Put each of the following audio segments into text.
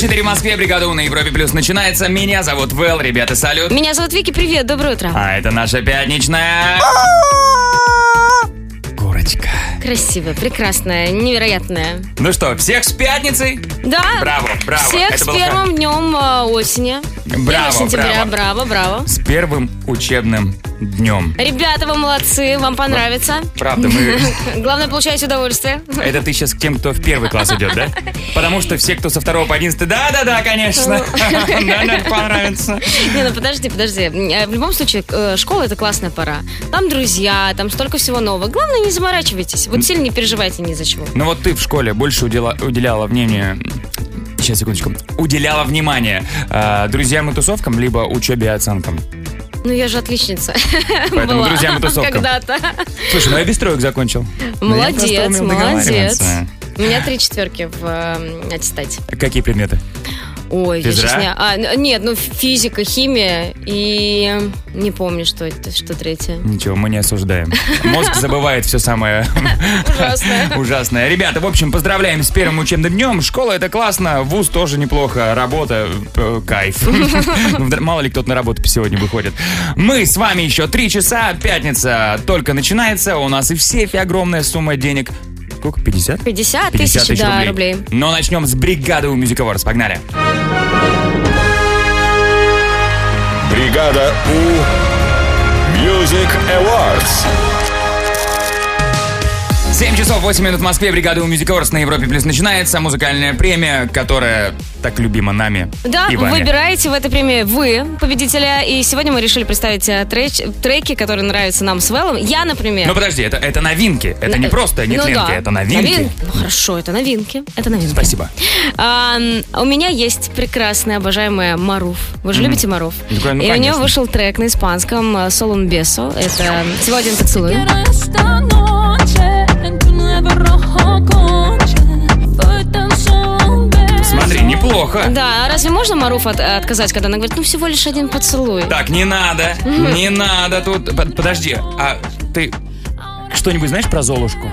4 в Москве, бригада У на Европе Плюс начинается. Меня зовут Вэл, ребята, салют. Меня зовут Вики, привет, доброе утро. А это наша пятничная... Курочка. Красивая, прекрасная, невероятная. Ну что, всех с пятницей? Да. Браво, браво. Всех Это с было первым днем э, осени. Браво, 1 сентября, браво, браво. С первым учебным днем. Ребята, вы молодцы, вам понравится. Правда, мы... Главное, получайте удовольствие. Это ты сейчас к тем, кто в первый класс идет, да? Потому что все, кто со второго по одиннадцатый... Да-да-да, конечно. Наверное, понравится. Не, ну подожди, подожди. Э, В любом случае, э, школа это классная пора. Там друзья, там столько всего нового. Главное, не заморачивайтесь. Вот сильно не переживайте ни за чего. Ну вот ты в школе больше удела- уделяла внимание... Сейчас, секундочку. Уделяла внимание э, друзьям и тусовкам, либо учебе и оценкам. Ну, я же отличница. Поэтому Была друзьям и тусовкам. Когда-то. Слушай, ну я без троек закончил. Ну, я просто Молодец, умел молодец. договариваться. У меня три четверки в э, аттестате. Какие предметы? Ой, я Физра? сейчас не- а, н- нет, ну физика, химия и не помню, что это, что третье. Ничего, мы не осуждаем. Мозг забывает все самое Ужасно. ужасное. Ребята, в общем, поздравляем с первым учебным днем. Школа это классно, вуз тоже неплохо, работа э, кайф. Ну, вдр- Мало ли кто-то на работу сегодня выходит. Мы с вами еще три часа, пятница только начинается, у нас и в сейфе огромная сумма денег. Сколько? 50? 50 50 тысяч тысяч да, рублей. рублей. Но начнем с бригады у Music Awards. Погнали. Бригада У. Music Awards. 7 часов 8 минут в Москве. Бригада у Music Awards на Европе Плюс начинается. Музыкальная премия, которая так любима нами Да, и вами. выбираете в этой премии вы, победителя. И сегодня мы решили представить э, треч- треки, которые нравятся нам с Вэллом. Я, например. Ну подожди, это, это новинки. Это не Э, просто нет ну ленты, да. это новинки. Новин- Ну хорошо, это новинки. Это новинки. Спасибо. А, м, у меня есть прекрасная, обожаемая Маруф. Вы же любите Маруф? Ну, ка- ну, И у нее конечно. вышел трек на испанском э, «Солун Бесо». Это «Сегодня поцелуем». Quiero esta noche en tu nuevo rojo coche. Fue tan solo un beso. Смотри, неплохо. Э. Да, а разве можно Маруф от- отказать, когда она говорит, ну всего лишь один поцелуй? Так, не надо, не надо тут. Под- Подожди, а ты что-нибудь знаешь про Золушку?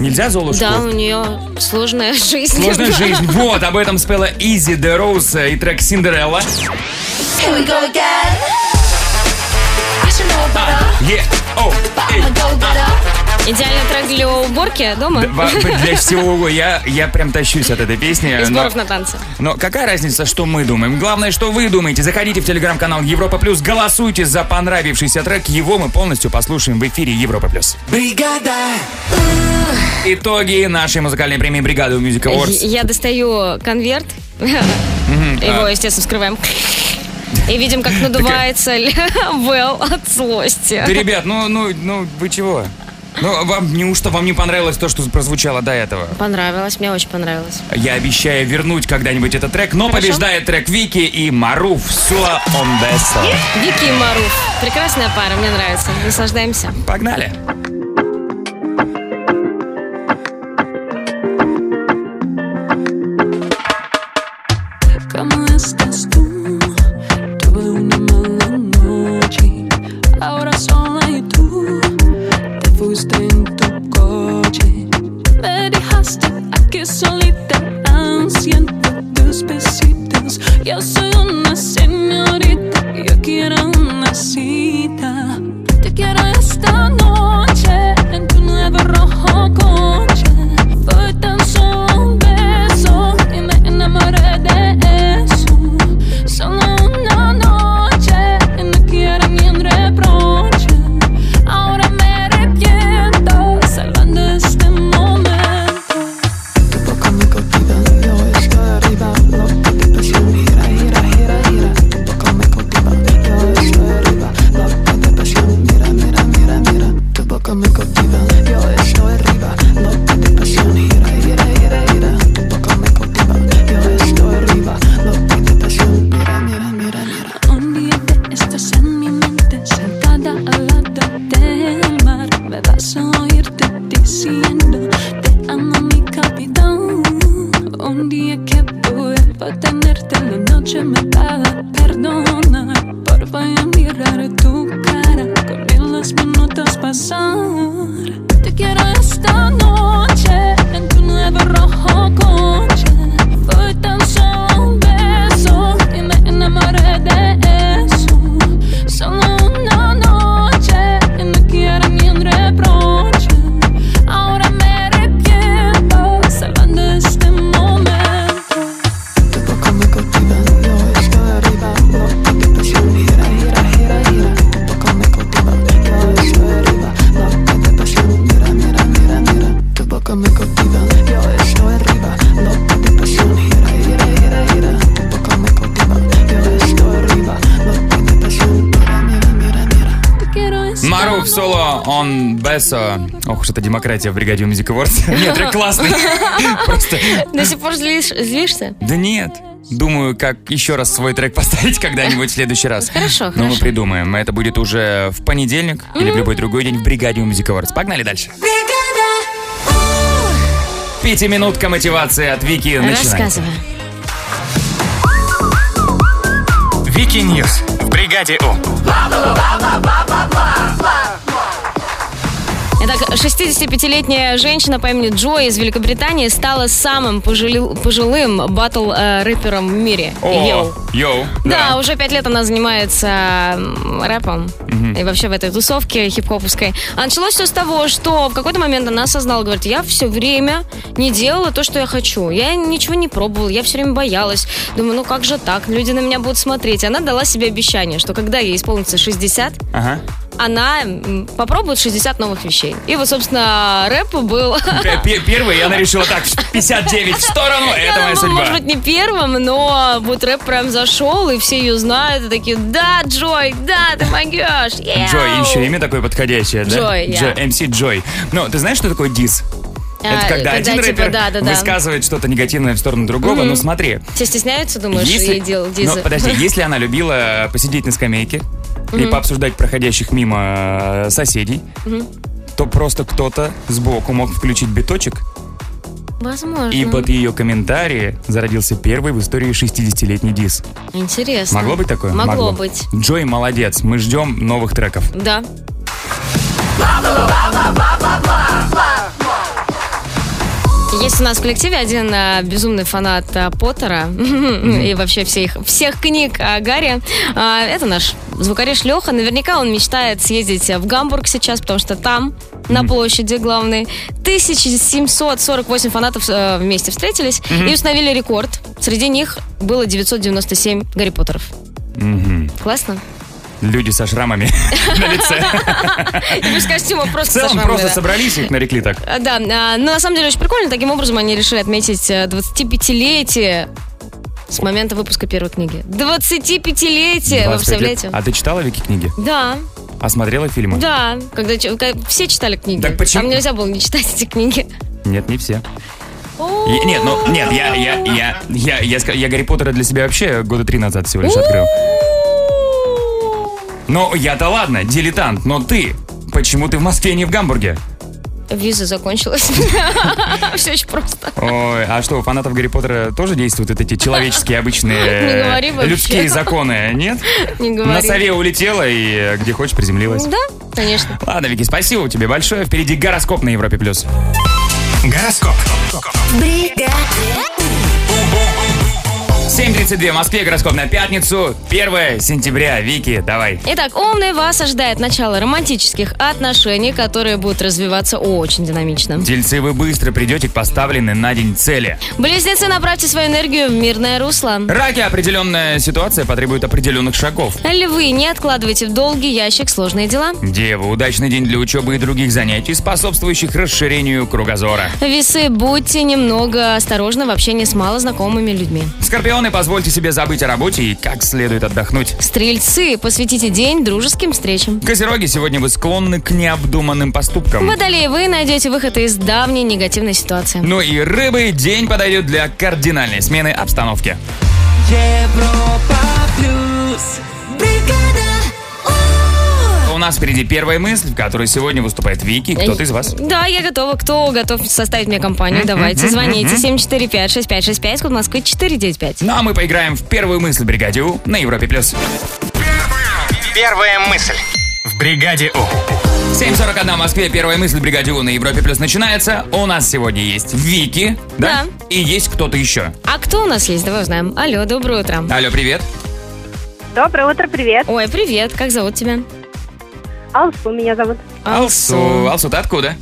Нельзя Золушку? Да, у нее сложная жизнь. Сложная жизнь. Вот, об этом спела Изи Де Роуз и трек Синдерелла. Е, о, эй. Идеальный трек для уборки дома. Да, во- Для всего я, я прям тащусь от этой песни. И но- сборов на танцы. Но какая разница, что мы думаем? Главное, что вы думаете. Заходите в телеграм-канал Европа Плюс, голосуйте за понравившийся трек. Его мы полностью послушаем в эфире Европа Плюс. Бригада. Итоги нашей музыкальной премии «Бригада» у Music Awards. Я достаю конверт. Его, естественно, вскрываем. И видим, э, как надувается Вэл от злости. Да, ребят, ну, ну, ну, вы чего? Ну, вам, неужто вам не понравилось то, что прозвучало до этого? Понравилось, мне очень понравилось. Я обещаю вернуть когда-нибудь этот трек, но Хорошо. побеждает трек Вики и Маруф Сула Он Бесо. Вики и Маруф. Прекрасная пара, мне нравится. Наслаждаемся. Погнали! ¿Cómo estás tú? Tuve una mala noche. Ahora sola y tú te fuiste en tu coche. Me dejaste aquí solita, ansiando tus besitos. Yo soy una señorita, yo quiero una cita. Te quiero esta noche en tu nuevo rojo coche. Fue tan solo un beso y me enamoré de eso. Solo una noche y no quiero ni un reproche. Ahora me arrepiento salvando este momento. Tu boca me cautiva, yo es que arriba, loca de pasión, gira, gira, gira, gira. Tu boca me cautiva, yo es que arriba, loca de pasión, mira, mira, mira, mira. Tu boca me cautiva, yo es que arriba, loca de pasión, gira, gira, gira, gira. Tu boca me cautiva, yo es que arriba, loca de pasión, mira, mira, mira, mira. Un día te estás en mi mente, sentada al lado del mar. Me vas a oírte diciendo, te amo mi capitán. Un día que vuelva a tenerte, la noche me va a perdonar. Por a mirar tu cara, con mil las minutos pasar. Te quiero esta noche en tu nuevo rojo coche. Fue tan solo un соло он Бесо. Ох уж это демократия в бригаде Music Awards. Нет, трек классный. Просто... До сих пор злишь- злишься? Да нет. Думаю, как еще раз свой трек поставить когда-нибудь в следующий раз. Хорошо, Но мы хорошо. придумаем. Это будет уже в понедельник или в любой другой день в бригаде Music Awards. Погнали дальше. Пятиминутка мотивации от Вики. Начинаем. Рассказывай. Вики Ньюс в бригаде У. Итак, 65-летняя женщина по имени Джой из Великобритании стала самым пожили- пожилым батл-рэпером в мире. Йоу. О, йоу. Да, уже пять лет она занимается м, рэпом и вообще в этой тусовке хип-хоповской. А началось все с того, что в какой-то момент она осознала, говорит, я все время не делала то, что я хочу. Я ничего не пробовала, я все время боялась. Думаю, ну как же так, люди на меня будут смотреть. Она дала себе обещание, что когда ей исполнится 60, Ага. она м, попробует 60 новых вещей. И вот, собственно, рэп был... П- пе- Первый, и она решила так, 59 в сторону, это Я моя был, может судьба. быть, не первым, но вот рэп прям зашел, и все ее знают, и такие, да, Джой, да, ты могешь. Джой, еще имя такое подходящее, да? Джой, я. Джо- MC Джой. Ну, ты знаешь, что такое дис? Это когда один типа, рэпер да, да, да. высказывает что-то негативное в сторону другого. Ну смотри, Все стесняются, думаешь, если... и делал Ну, дизы? подожди, если она любила посидеть на скамейке и пообсуждать проходящих мимо э, соседей, то просто кто-то сбоку мог включить биточек, Возможно. и под ее комментарии зародился первый в истории 60-летний дис. Интересно. Могло быть такое? Могло быть. Джой молодец, мы ждем новых треков. Да. Есть у нас в коллективе один а, безумный фанат а, Поттера и вообще всех, всех книг о Гарри. А, это наш звукореж Леха. Наверняка он мечтает съездить э, в Гамбург сейчас, потому что там, на площади главной, 1748 фанатов э, вместе встретились и установили рекорд. Среди них было 997 Гарри Поттеров. Классно? Люди со шрамами на лице. Вы скажете, мы В просто целом сожрали, просто да. собрались и их нарекли так. А, Да, а, ну на самом деле очень прикольно. Таким образом они решили отметить э, 25-летие с момента выпуска первой книги. 25-летие, вы 25 лет. представляете? А ты читала Вики книги? Да, А смотрела фильмы? да. Когда, ч- ка- все читали книги. Так почему- Там нельзя было не читать эти книги. Нет, не все. Я- нет, ну, нет, я, я, я, я, я, ска- я Гарри Поттера для себя вообще года три назад всего лишь открыл. Ну, я-то ладно, дилетант, но ты, почему ты в Москве, а не в Гамбурге? Виза закончилась. Все очень просто. Ой, а что, у фанатов Гарри Поттера тоже действуют вот эти человеческие, Не обычные, говори э, вообще. людские законы, нет? Не На говори. сове улетела и э, где хочешь приземлилась. Да, конечно. Ладно, Вики, спасибо тебе большое. Впереди гороскоп на Европе+. плюс. Гороскоп. 7.32 в Москве, гороскоп на пятницу, 1 сентября. Вики, давай. Итак, умный вас ожидает начало романтических отношений, которые будут развиваться очень динамично. Дельцы, вы быстро придете к поставленной на день цели. Близнецы, направьте свою энергию в мирное русло. Раки определенная ситуация потребует определенных шагов. Львы, не откладывайте в долгий ящик сложные дела. Девы, удачный день для учебы и других занятий, способствующих расширению кругозора. Весы, будьте немного осторожны в общении с малознакомыми людьми. Скорпионы, позвольте себе забыть о работе и как следует отдохнуть. Стрельцы, посвятите день дружеским встречам. Козероги, сегодня вы склонны к необдуманным поступкам. Водолеи, вы найдете выход из давней негативной ситуации. Ну и рыбы, день подойдет для кардинальной смены обстановки. У нас впереди первая мысль, в которой сегодня выступает Вики. Кто-то из вас? Да, я готова. Кто готов составить мне компанию? Давайте, звоните. 745-6565, код Москвы 495. Ну а мы поиграем в первую мысль бригаде У на Европе+. плюс. Первая мысль. В бригаде У. 7.41 в Москве. Первая мысль бригаде У на Европе Плюс начинается. У нас сегодня есть Вики, да? Да. И есть кто-то еще. А кто у нас есть? Давай узнаем. Алло, доброе утро. Алло, привет. Доброе утро, привет. Ой, привет, как зовут тебя? Алсу меня зовут. Алсу. Алсу, ты откуда?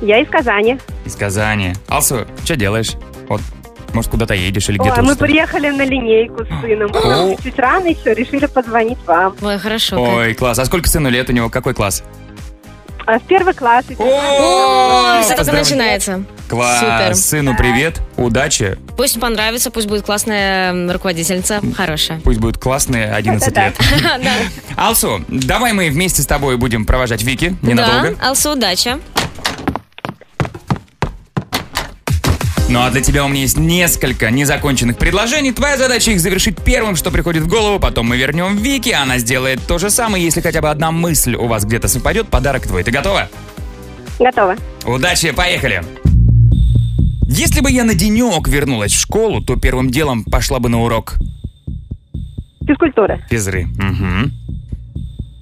Я из Казани. Из Казани. Алсу, что делаешь? Вот, может, куда-то едешь или Ой, где-то мы что-то? приехали на линейку с сыном. О. Чуть рано еще решили позвонить вам. Ой, хорошо. как? Ой, класс. А сколько сыну лет у него? Какой класс? А в первый класс. идем. Ой, все только Поздравляю. начинается. Класс. Супер. Сыну привет, удачи. Пусть понравится, пусть будет классная м, руководительница, хорошая. Пусть будет классные 11 лет. Да. Алсу, давай мы вместе с тобой будем провожать Вики Да, ненадолго. Алсу, удача. Ну а для тебя у меня есть несколько незаконченных предложений. Твоя задача их завершить первым, что приходит в голову. Потом мы вернем Вики, она сделает то же самое. Если хотя бы одна мысль у вас где-то совпадет, подарок твой. Ты готова? Готово. Удачи, поехали! Если бы я на денек вернулась в школу, то первым делом пошла бы на урок Физкультура. физры. Мгм.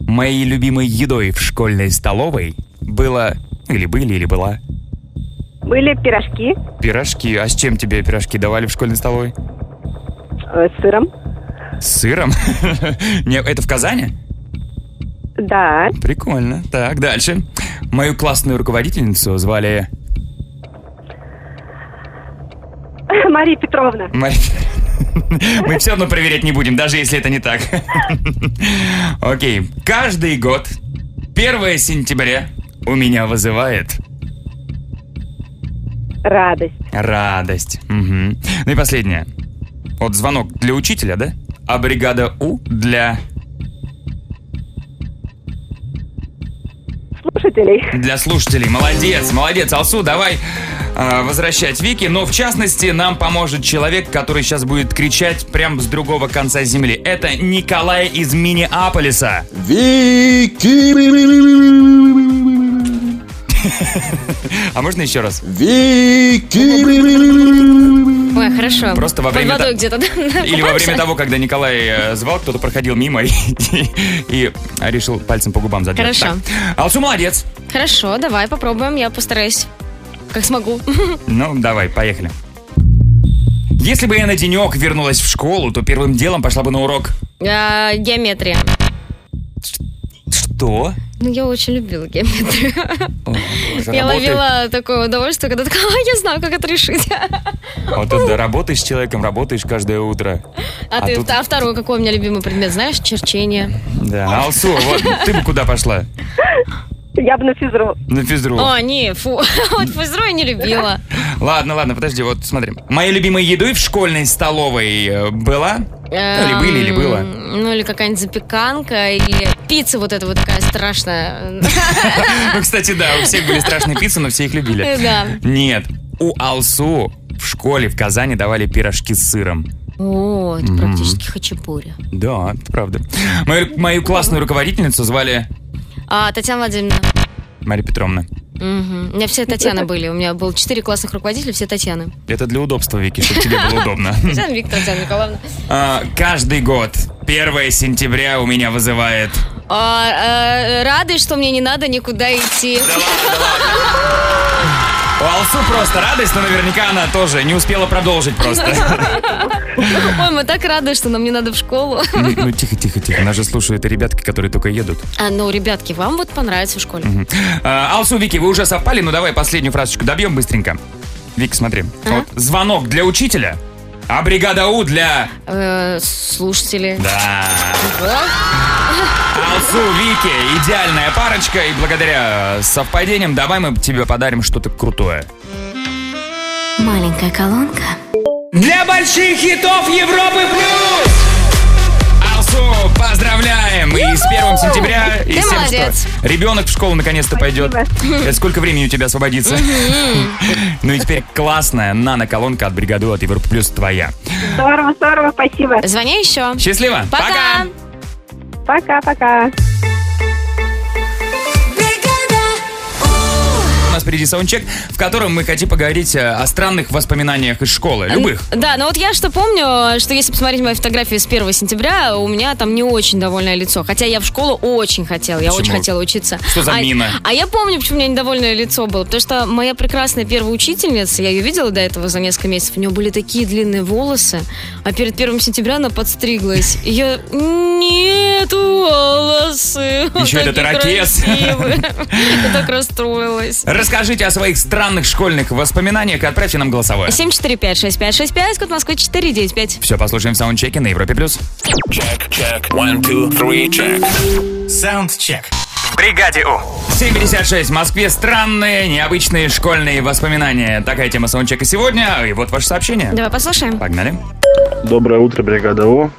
Моей любимой едой в школьной столовой было... Или были, или была... Были пирожки Пирожки. А с чем тебе пирожки давали в школьной столовой? э, с сыром. С сыром? Не, это в Казани? Да. Прикольно. Так, дальше. Мою классную руководительницу звали Мария Петровна. Мария. Мы все равно проверять не будем, даже если это не так. Окей. Каждый год 1 сентября у меня вызывает Радость. радость. Мгм. Ну и последнее. Вот звонок для учителя, да? А бригада У для... Слушателей. Для слушателей. Молодец, молодец. Алсу, давай э, возвращать Вики. Но в частности нам поможет человек, который сейчас будет кричать прям с другого конца земли. Это Николай из Миннеаполиса. Вики! А можно еще раз? Вики! Ой, хорошо. Просто во время Под водой та- где-то, да? Или во время Попался? того, когда Николай э, звал, кто-то проходил мимо и, и решил пальцем по губам задать. Хорошо. Так. Алсу молодец. Хорошо, давай попробуем, я постараюсь. Как смогу. Ну, давай, поехали. Если бы я на денек вернулась в школу, то первым делом пошла бы на урок. А, Геометрия. Что? Ну, я очень любила геометрию. О, боже, Я работает. ловила такое удовольствие, когда такая, «А, я знаю, как это решить. А Вот это А работаешь с человеком, работаешь каждое утро. А, ты, тут- а второй, какой у меня любимый предмет, знаешь, черчение. Да. Алсу, вот ты бы куда пошла? Я бы на физру. На физру. О, не, фу, вот физру я не любила. Ладно, ладно, подожди, вот смотри. Моей любимой едой в школьной столовой э, была? Ну, или были, или Эм, было? Ну, или какая-нибудь запеканка, или пицца вот эта вот такая страшная. Ну, кстати, да, у всех были страшные пиццы, но все их любили. Э, Да. Нет, у Алсу в школе в Казани давали пирожки с сыром. О, это практически хачапури. Да, это правда. Мою, мою классную руководительницу звали А, Татьяна Владимировна. Мария Петровна. Мгм. У меня все Татьяны были. У меня было четыре классных руководителя, все Татьяны. Это для удобства, Вики, чтобы тебе было удобно. Татьяна Виктор, Татьяна Николаевна. А, Каждый год 1 сентября у меня вызывает... А, э, рады, что мне не надо никуда идти. Да ладно, да ладно. У Алсу просто радость, но наверняка она тоже не успела продолжить просто. Ой, мы так рады, что нам не надо в школу. Ну тихо, тихо, тихо. Нас же слушают и ребятки, которые только едут. А, ну, ребятки, вам вот понравится в школе. А, Алсу, Вики, вы уже совпали, ну давай последнюю фразочку добьем быстренько. Вик, смотри. Вот звонок для учителя, а бригада У для... Э, слушатели. Да. Вот. Алсу, Вики, идеальная парочка. И благодаря э, совпадениям давай мы тебе подарим что-то крутое. Маленькая колонка. Для больших хитов Европы Плюс! Алсу, поздравляем! И с 1 сентября, и Ты с тем, молодец. что ребенок в школу наконец-то пойдет. Это сколько времени у тебя освободится? Ну и теперь классная нано-колонка от бригады от Европы Плюс твоя. Здорово, здорово, спасибо. Звони еще. Счастливо! Пока. Пока-пока. У нас впереди саундчек, в котором мы хотим поговорить э, о странных воспоминаниях из школы. Любых. Да, но вот я что помню, что если посмотреть мои фотографии с 1 сентября, у меня там не очень довольное лицо. Хотя я в школу очень хотела, я Почему? очень хотела учиться. Что за а, мина? А я помню, почему у меня недовольное лицо было. Потому что моя прекрасная первая учительница, я ее видела до этого за несколько месяцев, у нее были такие длинные волосы, а перед 1 сентября она подстриглась. И я, нет волосы. Еще этот Такие ирокез. красивые. Я так расстроилась. Расскажи Расскажите о своих странных школьных воспоминаниях и отправьте нам голосовое. 745-6565, код Москвы 495. Все послушаем в саундчеке на Европе+. плюс. Саундчек. В бригаде У. 7.56 в Москве. Странные, необычные школьные воспоминания. Такая тема саундчека сегодня. И вот ваше сообщение. Давай послушаем. Погнали. Доброе утро, бригада О.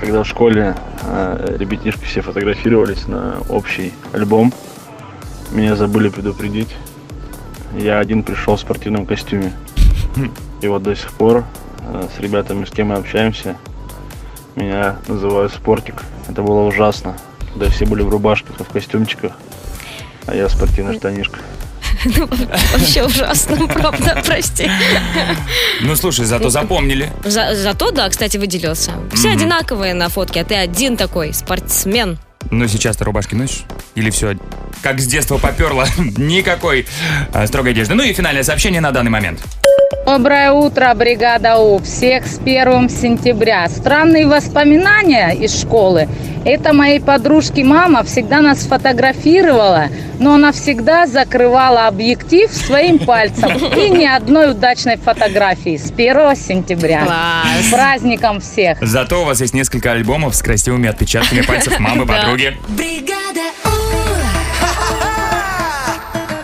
Когда в школе э, ребятишки все фотографировались на общий альбом, меня забыли предупредить. Я один пришел в спортивном костюме. И вот до сих пор э, с ребятами, с кем мы общаемся, меня называют спортик. Это было ужасно. Когда все были в рубашках и в костюмчиках, а я в спортивных штанишках. Вообще ужасно, правда, прости. Ну, слушай, зато запомнили. За- зато, да, кстати, выделился. Все одинаковые на фотке, а ты один такой, спортсмен. Ну, сейчас ты рубашки носишь? Или все как с детства поперло? Никакой э, строгой одежды. Ну и финальное сообщение на данный момент. Доброе утро, бригада У. Всех с первым сентября. Странные воспоминания из школы. Это моей подружки мама всегда нас фотографировала, но она всегда закрывала объектив своим пальцем. И ни одной удачной фотографии с 1 сентября. С Класс. праздником всех! Зато у вас есть несколько альбомов с красивыми отпечатками пальцев мамы, Да. подруги. Бригада У.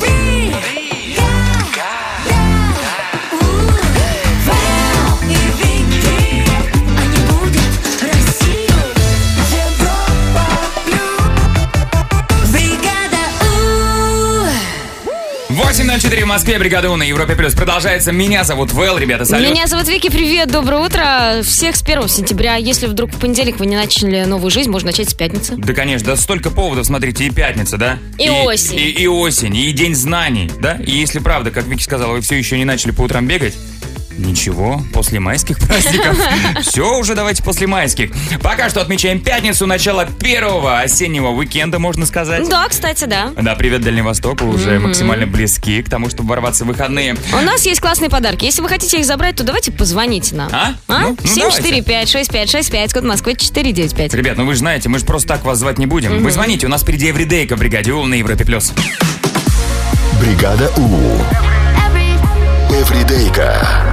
Бригада У. Вэл и Вики. Они будут Россию, Европа плюс. Бригада У. 8.04 в Москве, бригада У на Европе Плюс. Продолжается. Меня зовут Вэл, ребята, салют. Меня зовут Вики, привет, доброе утро. Всех с 1 сентября. Если вдруг в понедельник вы не начали новую жизнь, можно начать с пятницы. Да, конечно, да столько поводов, смотрите, и пятница, да? И осень. И, и осень, и день знаний, да? И если правда, как Вики сказала, вы все еще не начали по утрам бегать, Ничего, после майских праздников. Все уже давайте после майских. Пока что отмечаем пятницу, начало первого осеннего уикенда, можно сказать. Да, кстати, да. Да, привет Дальний Восток, вы уже максимально близки к тому, чтобы ворваться в выходные. У нас есть классные подарки. Если вы хотите их забрать, то давайте позвоните нам. А? Ну, ну, 745-6565, код Москвы 495. Ребят, ну вы же знаете, мы же просто так вас звать не будем. Вы звоните, у нас впереди Эвридейка в бригаде У на Европе+. плюс. Бригада У. Эвридейка.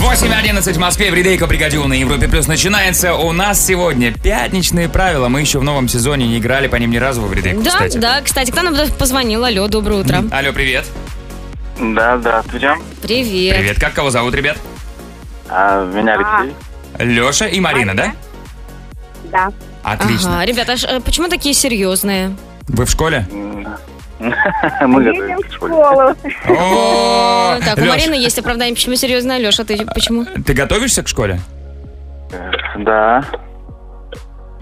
8.11 в Москве, Эвридейка бригадил на Европе Плюс начинается. У нас сегодня пятничные правила. Мы еще в новом сезоне не играли по ним ни разу в Эвридейку, Да, кстати. да, кстати, к нам позвонил. Алло, доброе утро. Алло, привет. Да, здравствуйте. Привет. Привет. Как кого зовут, ребят? А, меня Алексей. Леша и Марина, да? Да. Отлично. Ага, ребята, аж, э, почему такие серьезные? Вы в школе? Мы Едем в школу. О, так, у Лёш, Марины есть оправдание, почему серьезная, Леша, ты почему? Ты готовишься к школе? Да.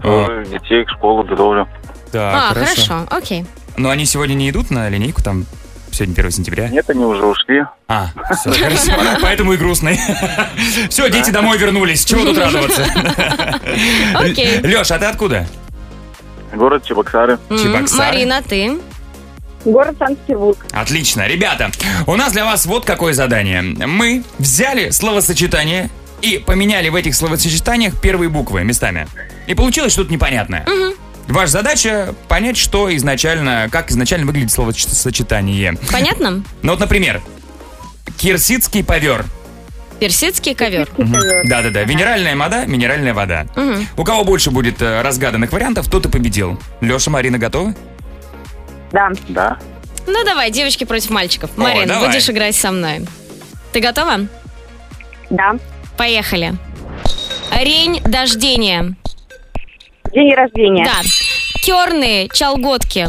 О, Детей к школу готовлю. так, А, хорошо, окей. Но они сегодня не идут на линейку, там сегодня 1 сентября. Нет, они уже ушли. А, все, хорошо. Поэтому и грустный. Все, дети домой вернулись. Чего тут радоваться? Окей. Леш, а ты откуда? Город Чебоксары. М, Чебоксары. Марина, ты? Город Санкт-Петербург. Отлично. Ребята, у нас для вас вот какое задание. Мы взяли словосочетание и поменяли в этих словосочетаниях первые буквы местами. И получилось что-то непонятное. Ваша задача понять, что изначально, как изначально выглядит словосочетание. Понятно? Ну вот, например, кирсидский повер. Персидский ковер. Да-да-да, минеральная вода, минеральная вода. Мгм. У кого больше будет э, разгаданных вариантов, тот и победил. Леша, Марина, готовы? Да. Да. Ну давай, девочки против мальчиков. Марин, давай. будешь играть со мной. Ты готова? Да. Поехали. Рень дождения. День рождения. Да. Керные чалготки.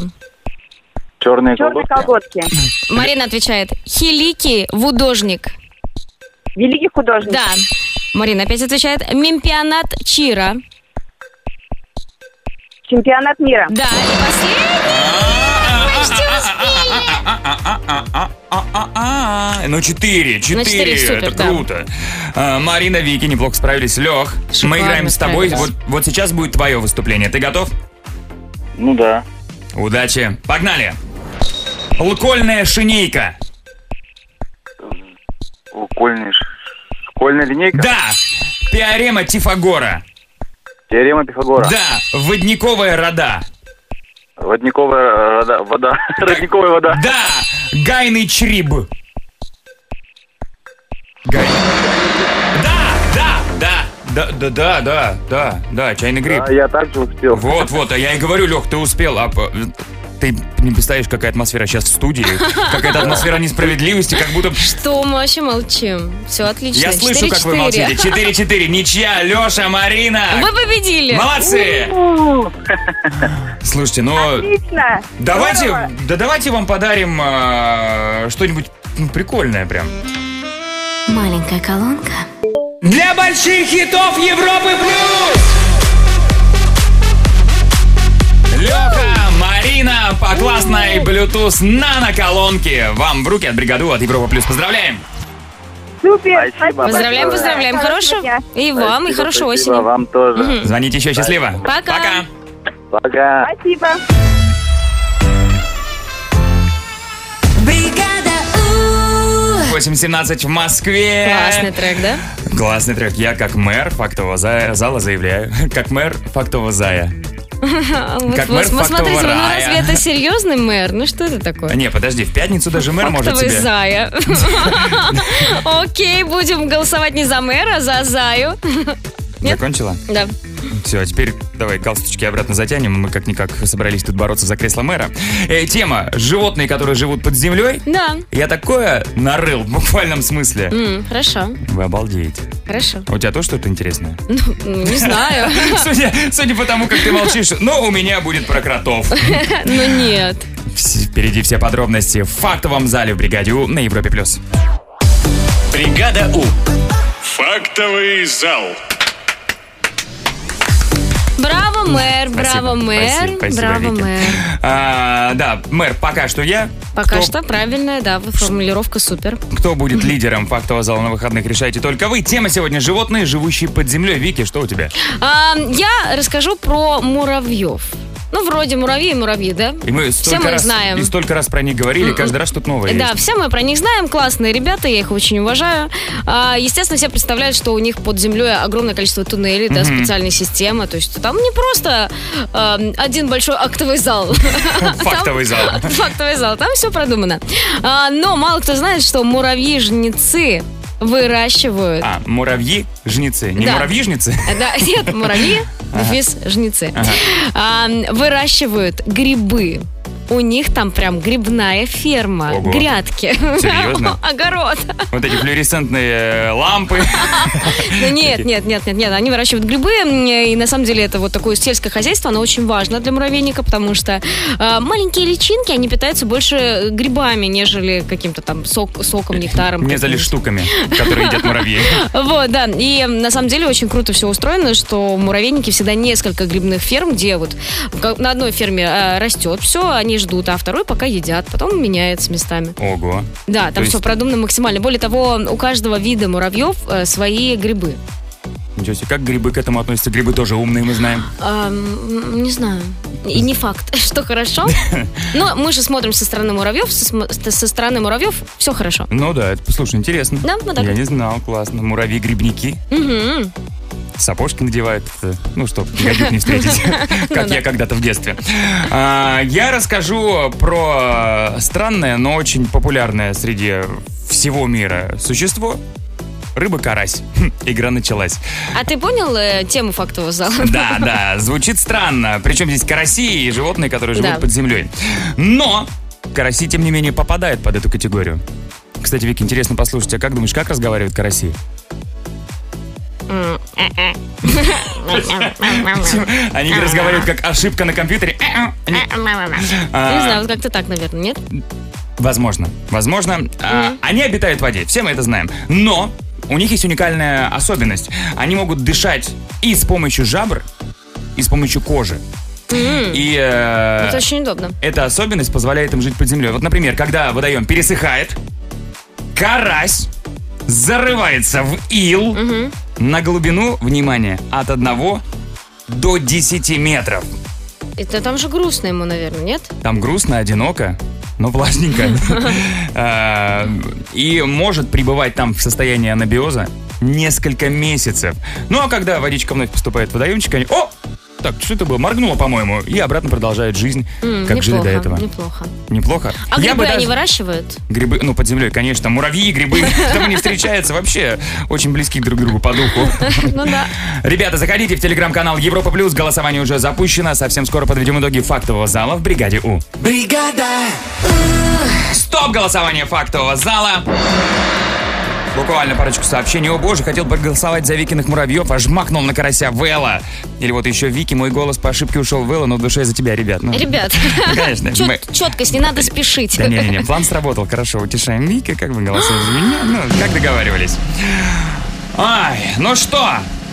Черные Черные колбаски. колготки. Марина отвечает. Хилики вудожник. Великий художник. Да. Марина опять отвечает. Мемпионат Чира. Чемпионат мира. Да, и последний. А-а-а-а-а-а-а-а. Ну, четыре, четыре, четыре, супер, это да. круто. А, Марина, Вики, неплохо справились. Лех, мы Шикарно играем с тобой. Вот, справились. вот сейчас будет твое выступление. Ты готов? Ну да. Удачи. Погнали. Лукольная шинейка. Школьный ш- Школьная линейка. Да. Теорема Тифагора. Теорема Пифагора. Да. Водниковая рода. Водниковая вода. э, вода. Родниковая вода. Да! Гайный чриб. Гай- Да, да, да, да, да, да, да, да, чайный гриб. Да, А я также успел. Вот, вот, а я и говорю, Лех, ты успел, а п- ты не представляешь, какая атмосфера сейчас в студии, какая-то атмосфера несправедливости, как будто... Что мы вообще молчим? Все отлично. Я слышу, как вы 4-4. молчите. 4-4, ничья, Леша, Марина. Вы победили. Молодцы! Слушайте, ну... Отлично. Давайте, Здорово. да давайте вам подарим а, что-нибудь ну, прикольное прям. Маленькая колонка. Для больших хитов Европы плюс! Леха, Марина по классной Bluetooth нано-колонке. Вам в руки от бригаду от Европа Плюс. Поздравляем! Супер. Спасибо. Поздравляем, большое. поздравляем. Хорошего и вам, и хорошей осени. Вам тоже. Мгм. Звоните еще, счастливо. Пока. Пока. Спасибо. Бригада У. 8.17 в Москве. Классный трек, да? Классный трек. Я как мэр фактового зая- зала заявляю. Как мэр фактового зая. А Вот Как вы- мэр вы Смотрите, фактового ну рая. разве это серьезный мэр? Ну что это такое? А Не, подожди, в пятницу даже мэр может Фактовый тебе... зая. Окей, будем голосовать не за мэра, а за заю. Нет? Закончила? Да. Все, теперь давай галстучки обратно затянем. Мы как-никак собрались тут бороться за кресло мэра. Э, тема «Животные, которые живут под землей». Да. Я такое нарыл в буквальном смысле. М, Хорошо, Вы обалдеете. А хорошо. У тебя тоже что-то интересное? Ну, не знаю. Судя, судя по тому, как ты молчишь, но у меня будет про кротов. Ну нет. Вс- Впереди все подробности в фактовом зале в «Бригаде У» на Европе+. плюс. Бригада У. Фактовый зал. Браво, мэр, Спасибо, браво, мэр, спасибо, спасибо, браво, Вики. мэр. А, да, мэр, пока что я. Пока Кто- что правильная, да, вы- формулировка супер. Кто будет лидером фактового зала на выходных, решайте только вы. Тема сегодня «Животные, живущие под землей». Вики, что у тебя? А, я расскажу про муравьев. Ну, вроде муравьи и муравьи, да? И мы Все столько мы их раз, знаем. М-м. И столько раз про них говорили, каждый раз что-то новое Да, есть. все мы про них знаем, классные ребята, я их очень уважаю. А, естественно, все представляют, что у них под землей огромное количество туннелей, да, Мгм. специальная система, то есть там не просто эм, один большой актовый зал. Фактовый зал. Фактовый зал, там все продумано. А, Но мало кто знает, что муравьи-жнецы выращивают. А, муравьи, жницы. Не Да. муравьи-жницы? Да, нет, муравьи, Ага. дефис, жнецы. Ага. А, Выращивают грибы. У них там прям грибная ферма, Ого. грядки, Серьезно? огород. Вот эти флюоресцентные э, лампы. Ну, нет, нет, нет, нет, нет, они выращивают грибы, м, и на самом деле это вот такое сельское хозяйство, оно очень важно для муравейника, потому что э, маленькие личинки, они питаются больше грибами, нежели каким-то там сок- соком, нектаром. Не зали каким-то. штуками, которые едят муравьи. Вот, да. И э, на самом деле очень круто все устроено, что в муравейнике всегда несколько грибных ферм, где вот в ка- на одной ферме э, растет все, они ждут, а второй пока едят, потом меняется местами. Ого. Да, То там есть- все продумано максимально. Более того, у каждого вида муравьев э, свои грибы. Ничего себе, как грибы к этому относятся? Грибы тоже умные, мы знаем. А, м, не знаю. И не факт, что хорошо. Но мы же смотрим со стороны муравьев, со, см- со стороны муравьев все хорошо. Ну да, это, слушай, интересно. Да, вот так Я вот. не знал, классно. Муравьи-грибники. Мгм. Сапожки надевают, э, ну, чтоб гадюк не встретить, Ну как я когда-то в детстве. А, Я расскажу про странное, но очень популярное среди всего мира существо. Рыба-карась. Хм, Игра началась. А ты понял э, тему фактового зала? Да, да, звучит странно. Причем здесь караси и животные, которые живут Да. под землей. Но караси, тем не менее, попадают под эту категорию. Кстати, Вики, интересно послушать, а как думаешь, как разговаривают караси? М, э-э. Они разговаривают как ошибка на компьютере. Они- Не А, знаю, вот как-то так, наверное, нет? Возможно. Возможно. А, Они обитают в воде, все мы это знаем. Но у них есть уникальная особенность. Они могут дышать и с помощью жабр, и с помощью кожи. И э, Это очень удобно. эта особенность позволяет им жить под землей. Вот, например, когда водоем пересыхает, карась зарывается в ил на глубину, внимание, от 1 до 10 метров. Это там же грустно ему, наверное, нет? Там грустно, одиноко, но влажненько. А, И может пребывать там в состоянии анабиоза несколько месяцев. Ну а когда водичка вновь поступает в водоемчик, они... О! так, что это было? Моргнула, по-моему, и обратно продолжает жизнь, М, как жили до неплохо, этого. Неплохо. Неплохо. А Я бы грибы они даже- выращивают? Грибы, ну, под землей, конечно, муравьи, грибы, там не встречаются вообще очень близки друг к другу по духу. Ну да. Ребята, заходите в телеграм-канал Европа Плюс, голосование уже запущено, совсем скоро подведем итоги фактового зала в бригаде У. Бригада. Стоп голосование фактового зала. Буквально парочку сообщений. О боже, хотел проголосовать за Викиных муравьев, аж макнул на карася Вела. Или вот еще Вики, мой голос по ошибке ушел в Вела, но в душе за тебя, ребят. Ну, Ребят, Конечно. мы- четкость, не надо спешить. Да не-не-не, план сработал, хорошо, утешаем Вики, как вы голосуете за меня, ну, как договаривались. Ай, ну что,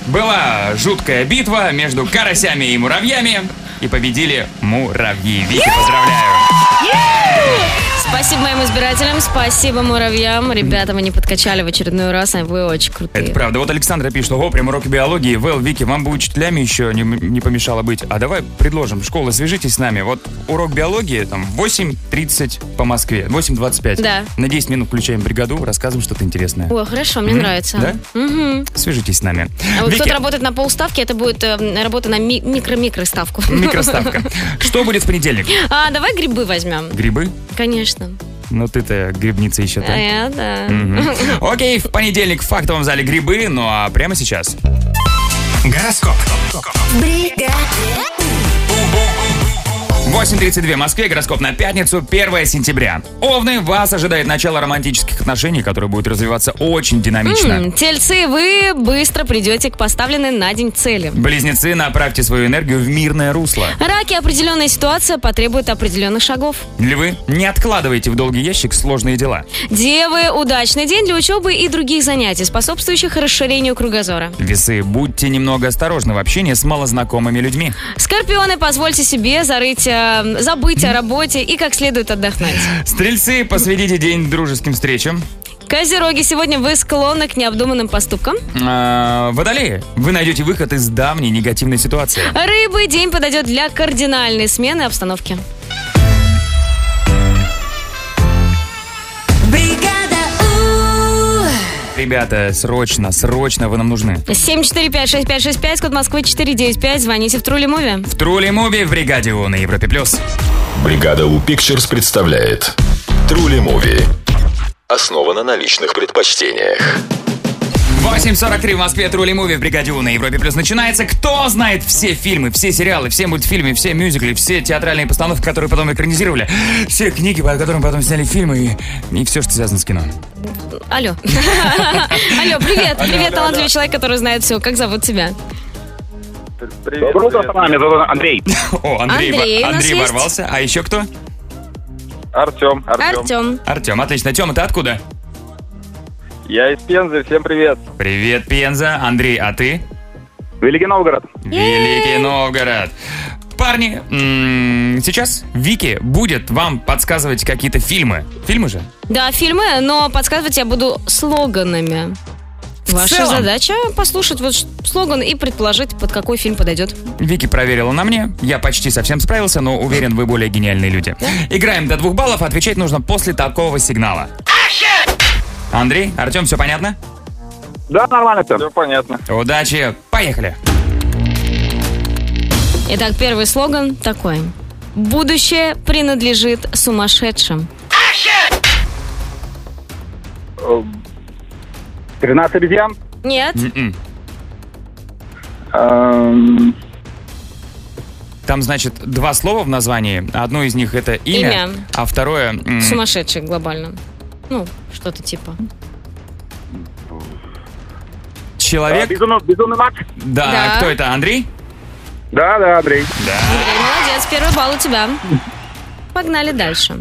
была жуткая битва между карасями и муравьями, и победили муравьи. Вики, поздравляю. Спасибо моим избирателям, спасибо муравьям. Ребята, мы не подкачали в очередной раз, а вы очень крутые. Это правда. Вот Александра пишет, ого, прям уроки биологии. Вэл, Вики, вам бы учителями еще не, не помешало быть. А давай предложим, школа, свяжитесь с нами. Вот урок биологии там в 8.30 по Москве, 8.25. Да. На 10 минут включаем бригаду, рассказываем что-то интересное. О, хорошо, мне М, нравится. да? Мгм. Свяжитесь с нами. А вот Вики, кто-то работает на полставки, это будет э, работа на ми- микро-микро ставку. микроставка. Что будет в понедельник? А, давай грибы возьмем. Грибы? Конечно. Ну ты-то грибница еще А ты. я, да. Мгм. Окей, в понедельник в фактовом зале грибы, ну а прямо сейчас. Гороскоп. Бригада. 8.32 в Москве, гороскоп на пятницу, 1 сентября. Овны, вас ожидает начало романтических отношений, которые будут развиваться очень динамично. М, Хм, Тельцы, вы быстро придете к поставленной на день цели. Близнецы, направьте свою энергию в мирное русло. Раки, определенная ситуация потребует определенных шагов. Львы, не откладывайте в долгий ящик сложные дела. Девы, удачный день для учебы и других занятий, способствующих расширению кругозора. Весы, будьте немного осторожны в общении с малознакомыми людьми. Скорпионы, позвольте себе зарыть, э, забыть о работе и как следует отдохнуть. Стрельцы, посвятите день дружеским встречам. Козероги, сегодня вы склонны к необдуманным поступкам. А, Водолеи, вы найдете выход из давней негативной ситуации. Рыбы, день подойдет для кардинальной смены обстановки. Бригада У. Ребята, срочно, срочно вы нам нужны. 7456565, код Москвы 495, звоните в Трули Муви. В Трули Муви в бригаде У на Европе Плюс. Бригада У Pictures представляет Трули Муви. Основана на личных предпочтениях. 8.43 в Москве, Трули Муви в бригаде У на Европе Плюс начинается. Кто знает все фильмы, все сериалы, все мультфильмы, все мюзикли, все театральные постановки, которые потом экранизировали, все книги, по которым потом сняли фильмы и, и все, что связано с кино. Алло. Алло, привет. Алло, Привет, да, талантливый человек, который знает все. Как зовут тебя? Привет, Доброе утро, пацаны, зовут Андрей. О, Андрей, Андрей во- у нас Андрей есть. ворвался. А еще кто? Артем, Артем. Артем, отлично. Тема, ты откуда? Я из Пензы, всем привет. Привет, Пенза. Андрей, а ты? Великий Новгород. Великий Новгород. Парни, м, сейчас Вики будет вам подсказывать какие-то фильмы. Фильмы же? Да, фильмы, но подсказывать я буду слоганами. Ваша целом. задача послушать вот ш- слоган и предположить, под какой фильм подойдет. Вики проверила на мне. Я почти совсем справился, но уверен, вы более гениальные люди. Играем до двух баллов, отвечать нужно после такого сигнала. Андрей, Артем, все понятно? Да, нормально все. Все понятно. Удачи, поехали. Итак, первый слоган такой. Будущее принадлежит сумасшедшим. 13 обезьян. Нет? Там, значит, два слова в названии. Одно из них это имя, Имя. а второе... м, Сумасшедший глобально. Ну, что-то типа. Человек. Безумный, Макс. Да, Да. кто это, Андрей? Да, да, Андрей. Да. Андрей, молодец, первый балл у тебя. Погнали дальше.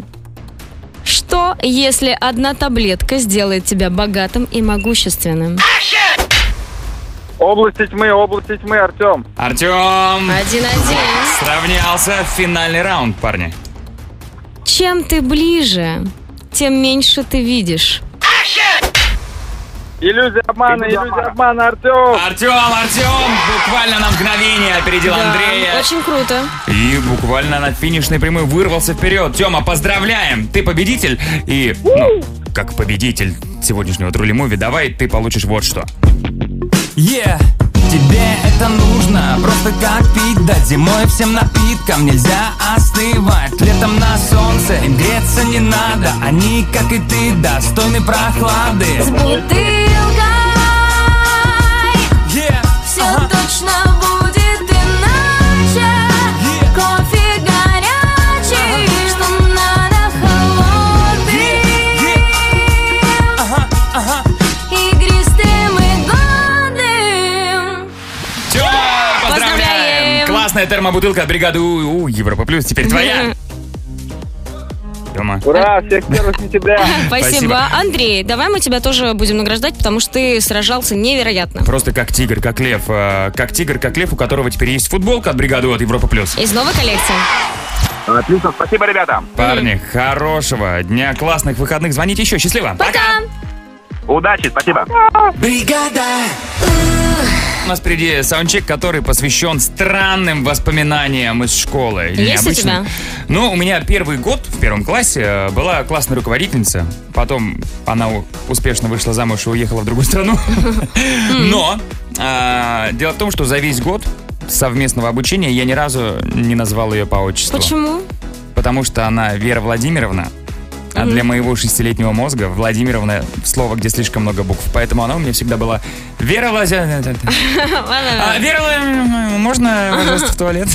Что, если одна таблетка сделает тебя богатым и могущественным? Области тьмы, области тьмы, Артем. Артем! Один-один. Сравнялся финальный раунд, парни. Чем ты ближе, тем меньше ты видишь. Иллюзия обмана, иллюзия обмана, Артем. Артем, Артем, буквально на мгновение опередил Да, Андрея. Очень круто. И буквально на финишной прямой вырвался вперед. Тема, поздравляем! Ты победитель. И, ну, как победитель сегодняшнего Трули Муви, давай ты получишь вот что. Yeah! Тебе это нужно, просто как пить Да зимой всем напиткам нельзя остывать Летом на солнце им греться не надо Они, как и ты, достойны прохлады С бутылкой Yeah. Все точно будет иначе Кофе горячий Что надо А холодным Игристым и годным Все, поздравляем! Поздравляем! Классная термобутылка от бригады У, У Европа Плюс теперь твоя. Тёма. Ура, всех 1 сентября. Спасибо. Андрей, давай мы тебя тоже будем награждать, потому что ты сражался невероятно. Просто как тигр, как лев. э, Как тигр, как лев, у которого теперь есть футболка от бригады У от Европа Плюс. Из новой коллекции. Отлично, спасибо, ребята. Парни, хорошего дня, классных выходных. Звоните еще. Счастливо. Пока! Удачи, спасибо. Бригада У нас впереди саундчек, который посвящен странным воспоминаниям из школы. Есть у Необычным. тебя? Ну, у меня первый год в первом классе э, была классная руководительница. Потом она у- успешно вышла замуж и уехала в другую страну. Но а, дело в том, что за весь год совместного обучения я ни разу не назвал ее по отчеству. Почему? Потому что она Вера Владимировна. А для моего шестилетнего мозга Владимировна слово, где слишком много букв. Поэтому она у меня всегда была Вера Владимировна. А, Вера Владимировна, можно, пожалуйста, в туалет?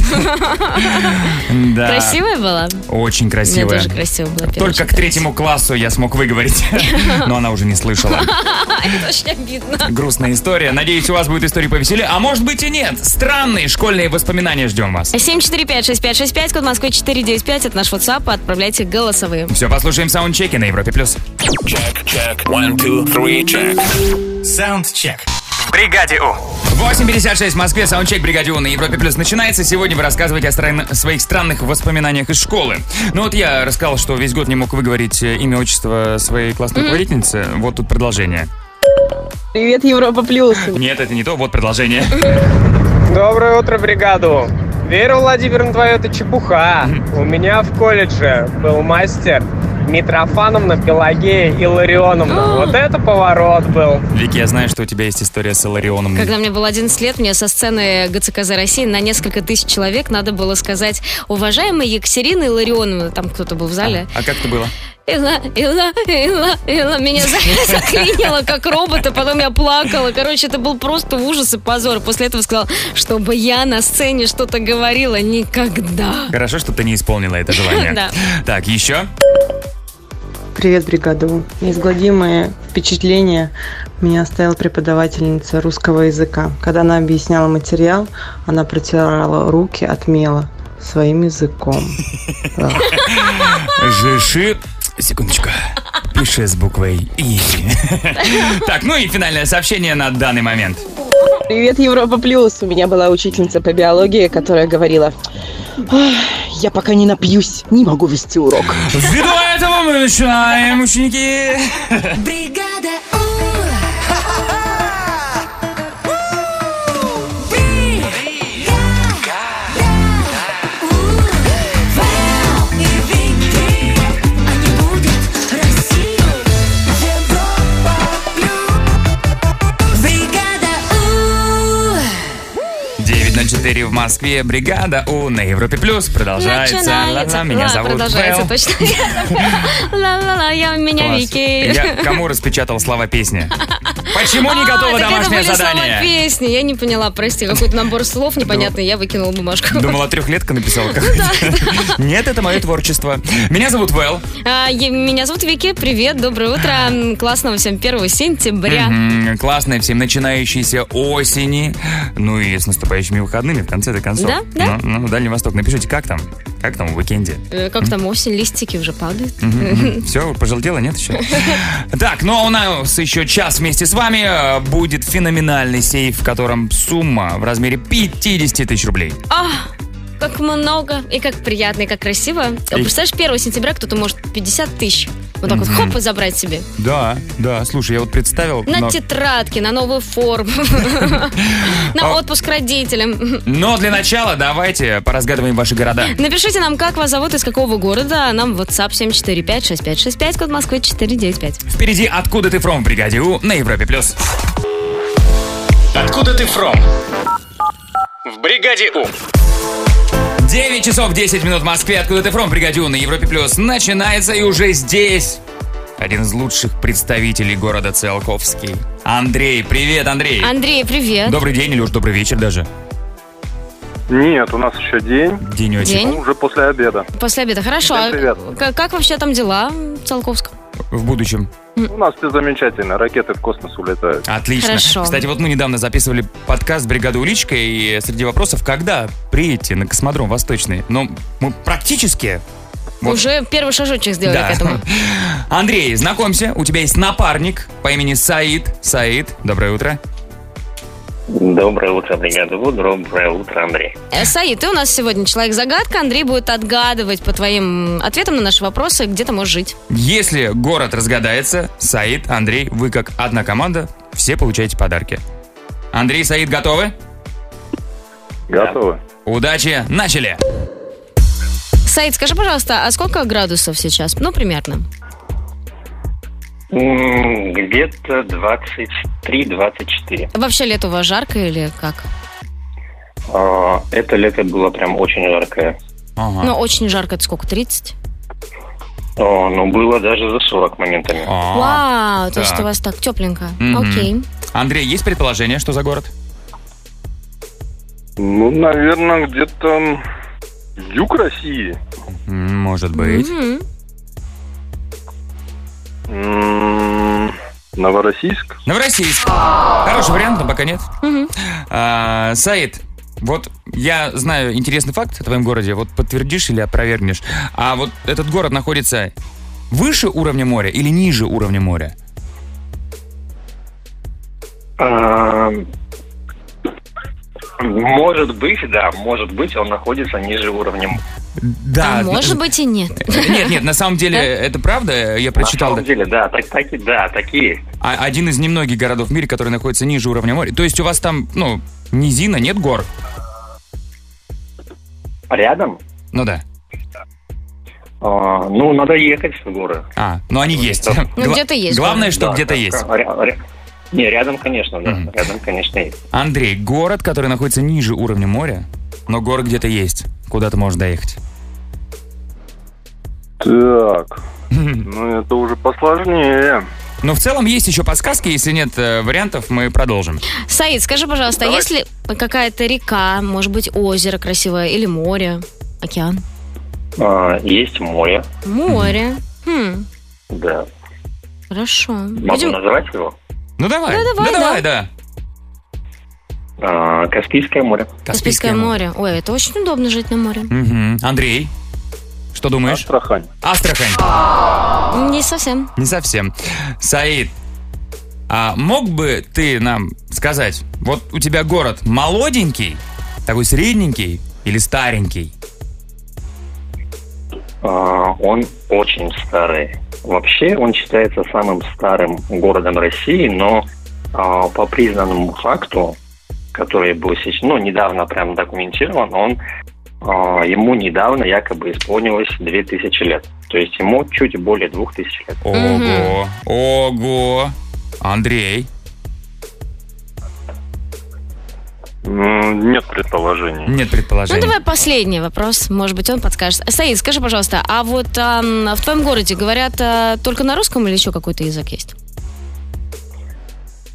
Да. Красивая была? Очень А. красивая. У меня тоже красивая была первая Только к третьему классу я смог выговорить, но она уже не слышала. Это очень обидно. Грустная история. Надеюсь, у вас будет история повеселее, а может быть и нет. Странные школьные воспоминания ждем вас. 745-6565, код Москвы 495, это наш WhatsApp, отправляйте голосовые. Все, послушаем саундчеки на Европе+. плюс. Чек, one, two, three, check. Саундчек. В бригаде У. 8.56 в Москве, саундчек бригаде У на Европе Плюс начинается. Сегодня вы рассказываете о стран- своих странных воспоминаниях из школы. Ну вот я рассказал, что весь год не мог выговорить э, имя, отчество своей классной руководительницы. Вот тут продолжение. Привет, Европа Плюс. Нет, это не то, вот продолжение. Доброе утро, бригаду. Вера Владимировна, твоя это чепуха. У меня в колледже был мастер Митрофановна Пелагея Илларионовна. Вот это поворот был. Вики, я знаю, что у тебя есть история с Иларионом. Когда мне было 11 лет, мне со сцены ГЦКЗ России на несколько тысяч человек надо было сказать «Уважаемая Екатерина Илларионовна», там кто-то был в зале, А как это было? Илла, Илла, Илла, Илла. Меня за- заклинило, как робота, потом я плакала. Короче, это был просто ужас и позор. После этого сказал, чтобы я на сцене что-то говорила никогда. Хорошо, что ты не исполнила это желание. Да. Так, еще. Привет, бригаду. Неизгладимое впечатление меня оставила преподавательница русского языка. Когда она объясняла материал, она протирала руки от мела своим языком. Да. Жиши. Секундочку. Пиши с буквой И. Так, ну и финальное сообщение на данный момент. Привет, Европа Плюс. У меня была учительница по биологии, которая говорила, «Ах, я пока не напьюсь, не могу вести урок. Ввиду этого мы начинаем, ученики. Бригада У. Бригада У. Вэл и Вики. Они будут Россию. Европа плюс. Бригада У. 9.04 в Москве. Бригада У на Европе Плюс продолжается. Ла-ла, меня Ла, зовут Продолжается, Вэл. точно. Ла-ла-ла, я меня Класс. Вики. Я кому распечатал слова песни? Почему не готово А, так это домашнее были слова задание? Ну, песни. Я не поняла, прости, какой-то набор слов непонятный, я выкинула бумажку. Думала, трехлетка написала Ну какая-то. Нет, это мое творчество. Меня зовут Вэл. А, я- Меня зовут Вики, привет, доброе утро, классного всем 1 сентября. Мгм, Классной всем начинающейся осени. Ну и с наступающими выходными в конце-то концов. Да, да. Ну, ну, Дальний Восток. Напишите, как там? Как там в уикенде? Э, Как там осень, листики уже падают. Все, пожелтело, нет еще? Так, ну а у нас еще час вместе с вами э, будет феноменальный сейф, в котором сумма в размере 50 тысяч рублей. А, как много, и как приятно, и как красиво. И- Представляешь, 1 сентября кто-то может 50 тысяч вот так вот Мгм. хоп и забрать себе. Да, да, слушай, я вот представил... На но- тетрадки, на новую форму, на А- отпуск родителям. Но для начала давайте поразгадываем ваши города. Напишите нам, как вас зовут, из какого города. Нам в WhatsApp 745-6565, код Москвы 495. Впереди «Откуда ты фром» в бригаде У на Европе+. плюс. Откуда ты фром? в бригаде У. 9 часов 10 минут в Москве. Откуда ты фром, бригадю на Европе Плюс? Начинается и уже здесь. Один из лучших представителей города Циолковский. Андрей, привет, Андрей. Андрей, привет. Добрый день или уж добрый вечер даже. Нет, у нас еще день. Денечек. День? Ну, Уже после обеда. После обеда. Хорошо. Всем а привет. к- как вообще там дела в Циолковском? В будущем. У нас все замечательно. Ракеты в космос улетают. Отлично. Хорошо. Кстати, вот мы недавно записывали подкаст «Бригада Уличка», и среди вопросов, когда приедете на космодром Восточный? Но мы практически... вот. Уже первый шажочек сделали Да. к этому. Андрей, знакомься, у тебя есть напарник по имени Саид. Саид, доброе утро. Доброе утро, бригада У. Доброе утро, Андрей. Э, Саид, ты у нас сегодня человек-загадка. Андрей будет отгадывать по твоим ответам на наши вопросы, где ты можешь жить. Если город разгадается, Саид, Андрей, вы как одна команда, все получаете подарки. Андрей, Саид, готовы? Готовы. Удачи, начали! Саид, скажи, пожалуйста, а сколько градусов сейчас? Ну, примерно. М, Где-то 23-24. Вообще лето у вас жарко или как? А, Это лето было прям очень жаркое. А. Ну, очень жарко, это сколько, 30? О, ну, было даже за 40 моментами. А. Вау, то есть так. у вас так тепленько. Мгм. Окей. Андрей, есть предположение, что за город? Ну, наверное, где-то юг России. М, Может быть. Мгм. М, Новороссийск. Новороссийск. Хороший вариант, но пока нет. Мгм. А, Саид, вот я знаю интересный факт о твоем городе. Вот подтвердишь или опровергнешь. А вот этот город находится выше уровня моря или ниже уровня моря? А, Может быть, да, может быть, он находится ниже уровня. Да. ну, А может быть и нет. Нет, нет, на самом деле это правда, я прочитал. На самом деле, да, так, таки- да, такие. А- Один из немногих городов в мире, который находится ниже уровня моря. То есть у вас там, ну, низина, нет гор? Рядом? Ну да. А, Ну, надо ехать в горы. А, ну они есть. Ну, Гла- где-то есть. Главное, что Да, где-то да, есть. ря- ря- Не, рядом, конечно, да. Рядом, конечно, есть. Андрей, город, который находится ниже уровня моря, но город где-то есть, куда ты можешь доехать. Так. Ну, это уже посложнее. Но в целом есть еще подсказки, если нет э, вариантов, мы продолжим. Саид, скажи, пожалуйста, а есть ли какая-то река, может быть, озеро красивое или море, океан? А, Есть море, Море. Хм, да. хорошо. Могу Будем... назвать его? Ну давай. Ну, давай, Да давай, да. А, Каспийское море. Каспийское море. Ой, это очень удобно жить на море. Мгм. Андрей, что думаешь? Астрахань. Астрахань. Не совсем. Не совсем. Саид, а мог бы ты нам сказать, вот у тебя город молоденький, такой средненький или старенький? А, Он очень старый. Вообще он считается самым старым городом России, но а, по признанному факту, который был сейчас, ну, недавно прям документирован, он а, ему недавно якобы исполнилось 2000 лет. То есть ему чуть более 2000 лет. Ого, ого. Андрей, М, Нет предположений. нет Ну, предположений. давай последний вопрос, может быть, он подскажет. Саид, скажи, пожалуйста, а вот ам, в твоем городе говорят а, только на русском или еще какой-то язык есть?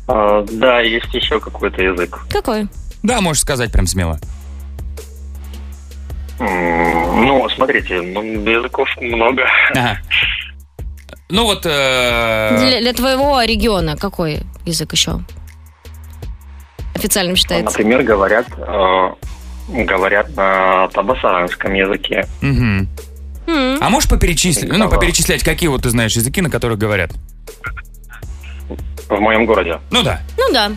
А, Да, есть еще какой-то язык. Какой? Да, можешь сказать прям смело. М, Ну, смотрите, ну, языков много. Ага. Ну вот... э, Для, для твоего региона какой язык еще? Официальным считается. Например, говорят, э, говорят на табасаранском языке. мгм. А можешь поперечислить, ну, поперечислять, какие вот ты знаешь языки, на которых говорят? В моем городе. Ну да. Ну да.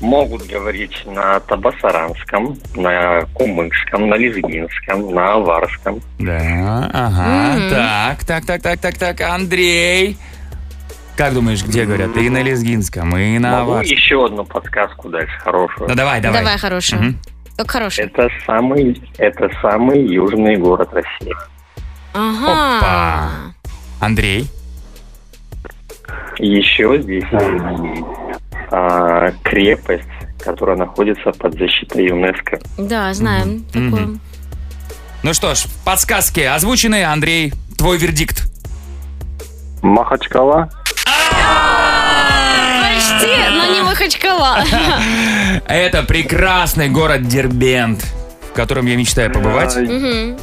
Могут говорить на табасаранском, на кумыкском, на лезгинском, на аварском. Да, ага. Мгм. Так, так, так, так, так, так, Андрей. Как думаешь, где говорят? И на лезгинском, и на Могу аварском. еще одну подсказку дальше, хорошую. Да давай, давай. Давай, хорошая. Мгм. Э, Как хороший. Это самый, это самый южный город России. Ага. Андрей. Еще здесь есть, а, крепость, которая находится под защитой ЮНЕСКО. Да, знаем. Мгм. Ну что ж, подсказки озвучены. Андрей, твой вердикт. Махачкала. Почти, но не Махачкала. Это прекрасный город Дербент, в котором я мечтаю побывать. Мгм.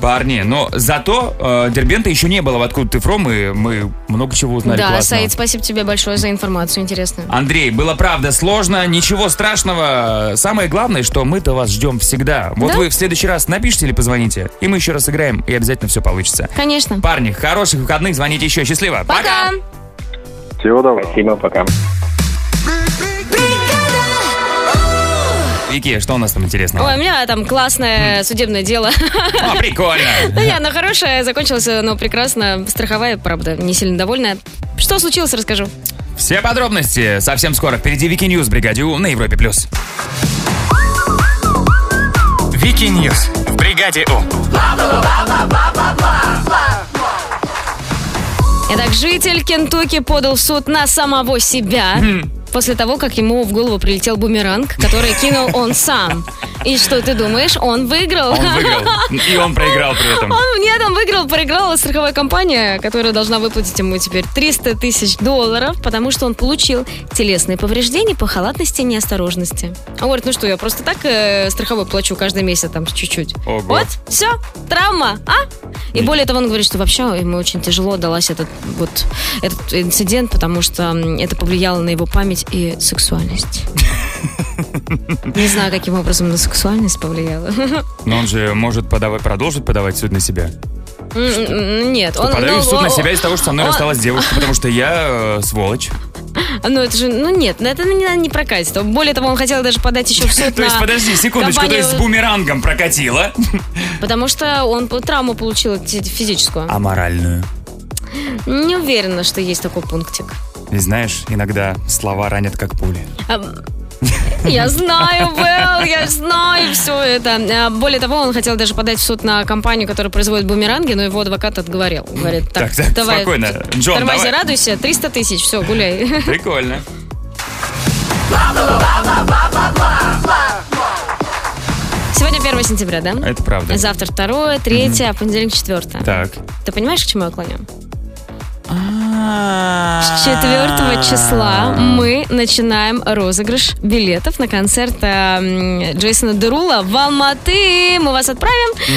Парни, но зато э, Дербента еще не было, в откуда ты фром, и мы много чего узнали Да, классного. Саид, спасибо тебе большое за информацию интересную. Андрей, было правда сложно, ничего страшного. Самое главное, что мы-то вас ждем всегда. Вот Да? вы в следующий раз напишите или позвоните, и мы еще раз играем, и обязательно все получится. Конечно. Парни, хороших выходных, звоните еще, счастливо. Пока! Всего доброго. Спасибо, пока. Вики, что у нас там интересного? Ой, у меня там классное судебное дело. А, прикольно. Да не, оно хорошее, закончилось, но прекрасно. Страховая, правда, не сильно довольная. Что случилось, расскажу. Все подробности совсем скоро. Впереди Вики Ньюс, Бригадю на Европе+. плюс. Вики Ньюс в Бригаде У. Итак, житель Кентукки подал в суд на самого себя после того, как ему в голову прилетел бумеранг, который кинул он сам. И что ты думаешь? Он выиграл. А Он выиграл. И он проиграл при этом. Он мне там выиграл, проиграла страховая компания, которая должна выплатить ему теперь 300 тысяч долларов, потому что он получил телесные повреждения по халатности и неосторожности. Он говорит, ну что, я просто так э, страховой плачу каждый месяц там чуть-чуть. Ого. Вот, все, травма, а? И более того, он говорит, что вообще ему очень тяжело далась этот вот этот инцидент, потому что м, это повлияло на его память и сексуальность. Не знаю, каким образом на сексуальность повлияло. Но он же может подавать, продолжить подавать суд на себя. М, м, Нет, Что он... подаю ну, в суд о- на себя из того, что со мной он- рассталась девушка, потому что я э, сволочь. Ну, это же, ну нет, на это не, не прокатит. Более того, он хотел даже подать еще в суд То есть, на подожди, секундочку, то компанию, есть с бумерангом прокатила. Потому что он по- травму получил фи- физическую. А моральную? Не уверена, что есть такой пунктик. И знаешь, иногда слова ранят как пули. А, Я знаю, Вэл, я знаю все это. А, Более того, он хотел даже подать в суд на компанию, которая производит бумеранги, но его адвокат отговорил. Говорит, так, Так, так, давай, спокойно. Джон, тормози, давай. радуйся, 300 тысяч, все, гуляй. Прикольно. Сегодня 1 сентября, да? Это правда. Завтра 2, 3, а понедельник 4. Так. Ты понимаешь, к чему я клоню? С А. 4 числа мы начинаем розыгрыш билетов на концерт э, м, Джейсона Дерула в Алматы. Мы вас отправим.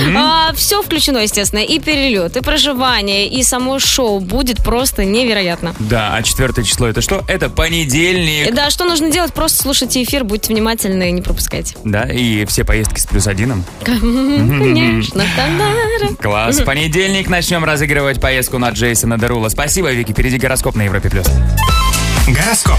Мгм. все включено, естественно. И перелет, и проживание, и само шоу будет просто невероятно. Да, а четвертое число это что? Это понедельник. Да, что нужно делать? Просто слушайте эфир, будьте внимательны и не пропускайте. Да, и все поездки с плюс одином. Конечно. Та-да-ра. Класс. В понедельник начнем разыгрывать поездку на Джейсона Дерула. Спасибо, Вики. Впереди гороскоп на Европе+. плюс. Гороскоп.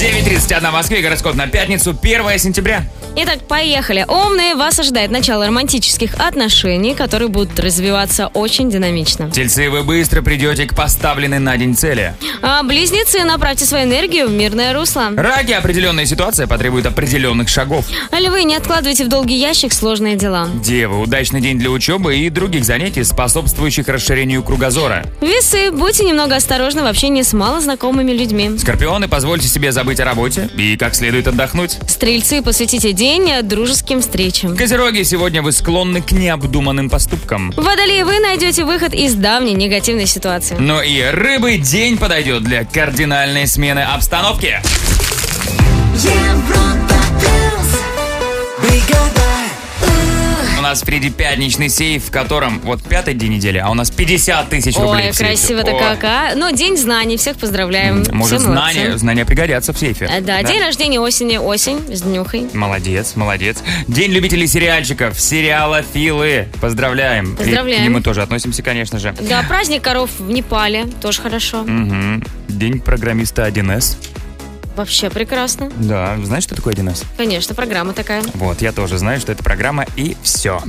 9.31 в Москве. Гороскоп на пятницу, 1 сентября. Итак, поехали. Умные вас ожидает начало романтических отношений, которые будут развиваться очень динамично. Тельцы, вы быстро придете к поставленной на день цели. А близнецы, направьте свою энергию в мирное русло. Раки определенная ситуация потребует определенных шагов. А львы, не откладывайте в долгий ящик сложные дела. Девы, удачный день для учебы и других занятий, способствующих расширению кругозора. Весы, будьте немного осторожны в общении с малознакомыми людьми. Скорпионы, позвольте себе забыть о работе и как следует отдохнуть. Стрельцы, посвятите день э, дружеским встречам. Козероги, сегодня вы склонны к необдуманным поступкам. Водолеи, вы найдете выход из давней негативной ситуации. Но и рыбы день подойдет для кардинальной смены обстановки. У нас впереди пятничный сейф, в котором вот пятый день недели, а у нас 50 тысяч рублей. Ой, в сейфе. красиво-то О. как, а? Ну, день знаний, всех поздравляем. Может, Все молодцы. знания, знания пригодятся в сейфе. Э, Да, день рождения осени, осень, с днюхой. Молодец, молодец. День любителей сериальчиков, сериала Филы. Поздравляем. И Поздравляем. к ним мы тоже относимся, конечно же. Да, праздник коров в Непале, тоже хорошо. Мгм. День программиста 1С. Вообще прекрасно. Да, знаешь, что такое 1С? Конечно, программа такая. Вот, я тоже знаю, что это программа, и все.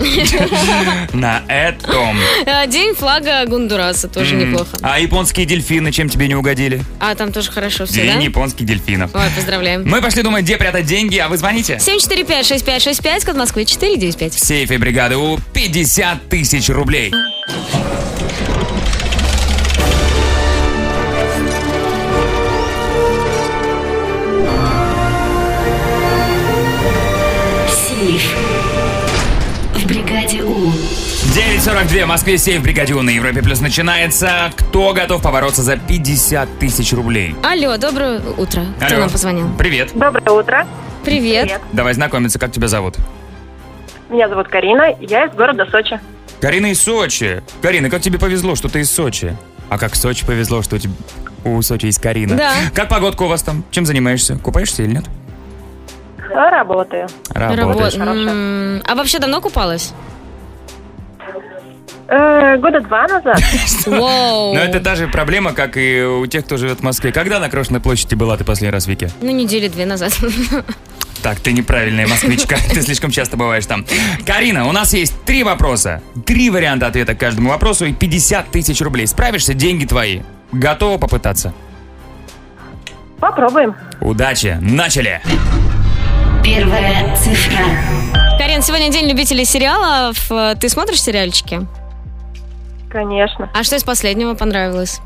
На этом. Э, День флага Гондураса, тоже М. неплохо. А японские дельфины чем тебе не угодили? А, там тоже хорошо все, День да? японских дельфинов. Ой, поздравляем. Мы пошли думать, где прятать деньги, а вы звоните. 745-6565, код Москвы 495. В сейфе бригады У 50 тысяч рублей. В бригаде У. 9.42 в Москве, 7 в бригаде У на Европе Плюс начинается. Кто готов побороться за 50 тысяч рублей? Алло, доброе утро. Кто Алло. нам позвонил? Привет. Доброе утро. Привет. Давай знакомиться, как тебя зовут? Меня зовут Карина, я из города Сочи. Карина из Сочи. Карина, как тебе повезло, что ты из Сочи? А как Сочи повезло, что у, тебя- у Сочи есть Карина. Да. Как погодка у вас там? Чем занимаешься? Купаешься или нет? А, Работаю. А, Работаешь. Работ- М, А вообще давно купалась? Э, года два назад. Вау. Но Ну, это та же проблема, как и у тех, кто живет в Москве. Когда на Крашенной площади была ты последний раз, Вики? Ну, недели две назад. Так, ты неправильная москвичка, ты слишком часто бываешь там. Карина, у нас есть три вопроса, три варианта ответа к каждому вопросу и 50 тысяч рублей. Справишься, деньги твои. Готова попытаться? Попробуем. Удачи, начали! Первая цифра. Карин, сегодня день любителей сериалов. Э, Ты смотришь сериальчики? Конечно. А что из последнего понравилось?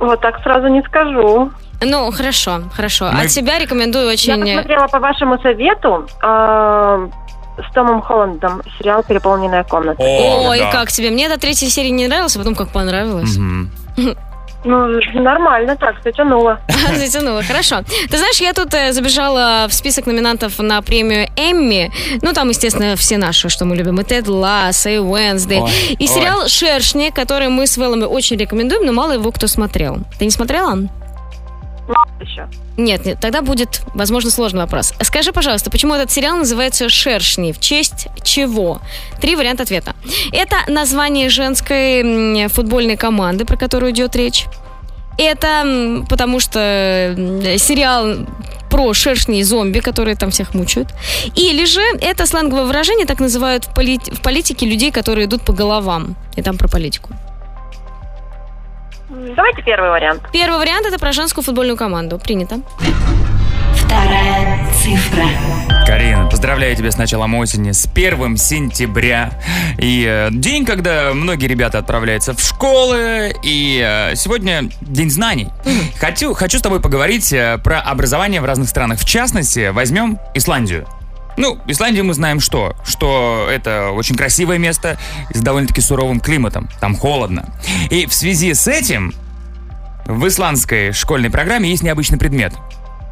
Вот так сразу не скажу. Ну, хорошо, хорошо. Мы- От себя рекомендую Я очень... посмотрела по вашему совету э, с Томом Холландом сериал «Переполненная комната». Ой, как тебе? Мне до третьей серии не нравилось, а потом как понравилось. Ну, нормально так, затянуло. Затянула, хорошо. Ты знаешь, я тут э, забежала в список номинантов на премию Эмми. Ну, там, естественно, все наши, что мы любим. И Тед Ласс, и Уэнсдей. Ой, И сериал «Шершни», который мы с Вэллами очень рекомендуем, но мало его кто смотрел. Ты не смотрела? Еще. Нет, нет, тогда будет, возможно, сложный вопрос. Скажи, пожалуйста, почему этот сериал называется «Шершни»? В честь чего? Три варианта ответа. Это название женской м, футбольной команды, про которую идет речь. Это м, потому что м, сериал про шершни и зомби, которые там всех мучают. Или же это сленговое выражение, так называют в, полит- в политике людей, которые идут по головам. И там про политику. Давайте первый вариант. Первый вариант – это про женскую футбольную команду. Принято. Вторая цифра. Карина, поздравляю тебя с началом осени, с первым сентября. И э, день, когда многие ребята отправляются в школы, и э, сегодня день знаний. Хочу, хочу с тобой поговорить э, про образование в разных странах. В частности, возьмем Исландию. Ну, Исландию мы знаем что? Что это очень красивое место с довольно-таки суровым климатом. Там холодно. И в связи с этим в исландской школьной программе есть необычный предмет.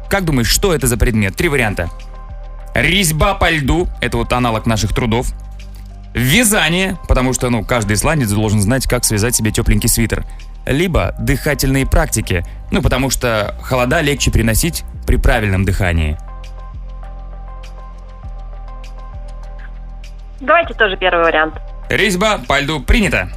Как думаешь, что это за предмет? Три варианта. Резьба по льду – это вот аналог наших трудов. Вязание, потому что, ну, каждый исландец должен знать, как связать себе тепленький свитер. Либо дыхательные практики, ну, потому что холода легче приносить при правильном дыхании. Давайте тоже первый вариант. Резьба по льду принята.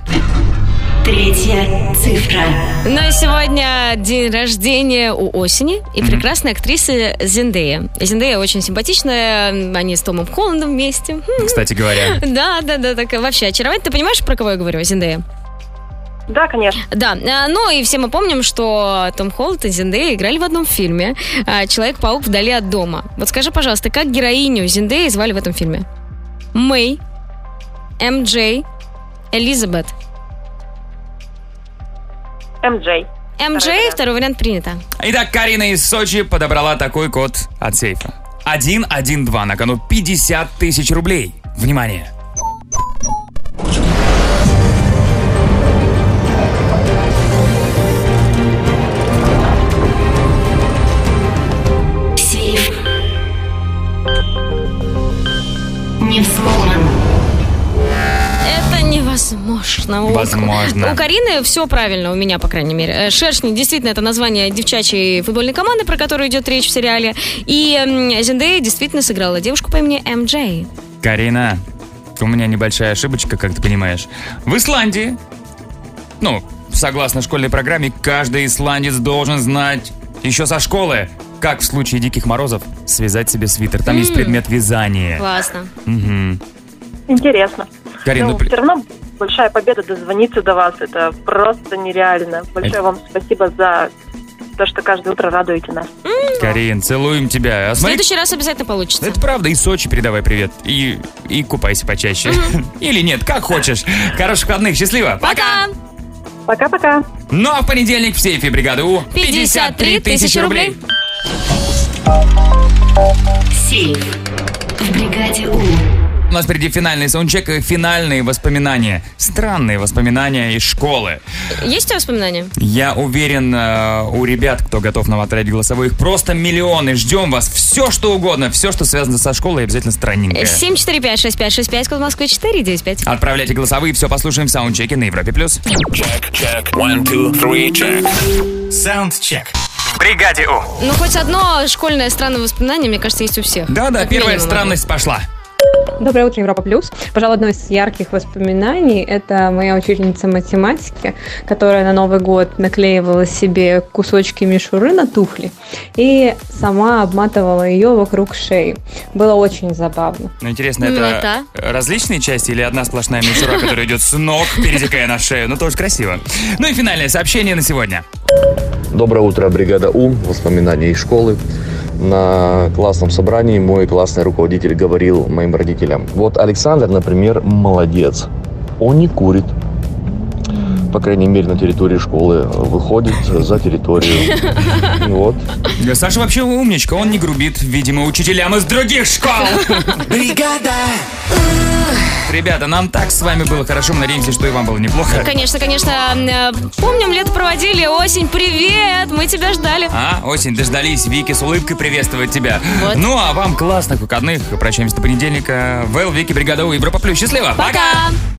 Третья цифра. Ну и сегодня день рождения у осени и прекрасной актрисы Зендея. Зендея очень симпатичная, м, они с Томом Холландом вместе. Хм. Кстати говоря. Да, да, да, так вообще очаровательно. Ты понимаешь, про кого я говорю, Зендея? Да, конечно. Да, а, ну и все мы помним, что Том Холланд и Зендея играли в одном фильме а, «Человек-паук вдали от дома». Вот скажи, пожалуйста, как героиню Зендеи звали в этом фильме? Мэй, Джей, Элизабет. МД. Джей, второй вариант принято. Итак, Карина из Сочи подобрала такой код от сейфа. 112 на кону 50 тысяч рублей. Внимание! Сейф. Не взломан. Это невозможно. У- Возможно. У Карины все правильно, у меня, по крайней мере. Э, Шершни, действительно, это название девчачьей футбольной команды, про которую идет речь в сериале. И м, Зендея действительно сыграла девушку по имени МД. Карина, у меня небольшая ошибочка, как ты понимаешь. В Исландии, ну, согласно школьной программе, каждый исландец должен знать еще со школы, как в случае диких морозов связать себе свитер. Там есть М. предмет вязания. Классно. Мгм. Интересно. Карин, ну, ну, при- все равно большая победа дозвониться до вас. Это просто нереально. Большое Это- вам спасибо за то, что каждое утро радуете нас. Карин, целуем тебя. А В смотри- ну, следующий раз обязательно получится. Это правда, и Сочи передавай привет. И, и купайся почаще. Или нет, как хочешь. Хороших выходных, счастливо. Пока! Пока-пока. Ну а в понедельник в сейфе бригады У 53 тысячи рублей. Алексеев в бригаде У. У нас впереди финальный саундчек и финальные воспоминания. Странные воспоминания из школы. Есть у тебя воспоминания? Я уверен, э, у ребят, кто готов нам отправить голосовой, их просто миллионы. Ждем вас. Все, что угодно, все, что связано со школой, обязательно странненькое. 745-6565, код Москвы 495. Отправляйте голосовые, все послушаем в саундчеке на Европе+. плюс. Check one, two, three, check. Саундчек. В бригаде У. Ну, хоть одно школьное странное воспоминание, мне кажется, есть у всех. Да-да, Как первая минимум. странность пошла. Доброе утро, Европа Плюс. Пожалуй, одно из ярких воспоминаний – это моя учительница математики, которая на Новый год наклеивала себе кусочки мишуры на туфли и сама обматывала ее вокруг шеи. Было очень забавно. Ну, интересно, Милота. это различные части или одна сплошная мишура, которая идет с ног, перетекая на шею? Ну, тоже красиво. Ну и финальное сообщение на сегодня. Доброе утро, бригада У, воспоминания из школы. На классном собрании мой классный руководитель говорил моим родителям, вот Александр, например, молодец, он не курит. По крайней мере, на территории школы выходит за территорию. И Вот. Саша вообще умничка, он не грубит, видимо, учителям из других школ. Бригада. Ребята, нам так с вами было хорошо, мы надеемся, что и вам было неплохо. Конечно, конечно. э, Помним, лето проводили, осень, привет, мы тебя ждали. А, осень, дождались. Вики с улыбкой приветствует тебя. Ну, а вам классных выходных. Прощаемся до понедельника. Вэл, Вики, Бригада У, Европа Плюс. Счастливо. Пока.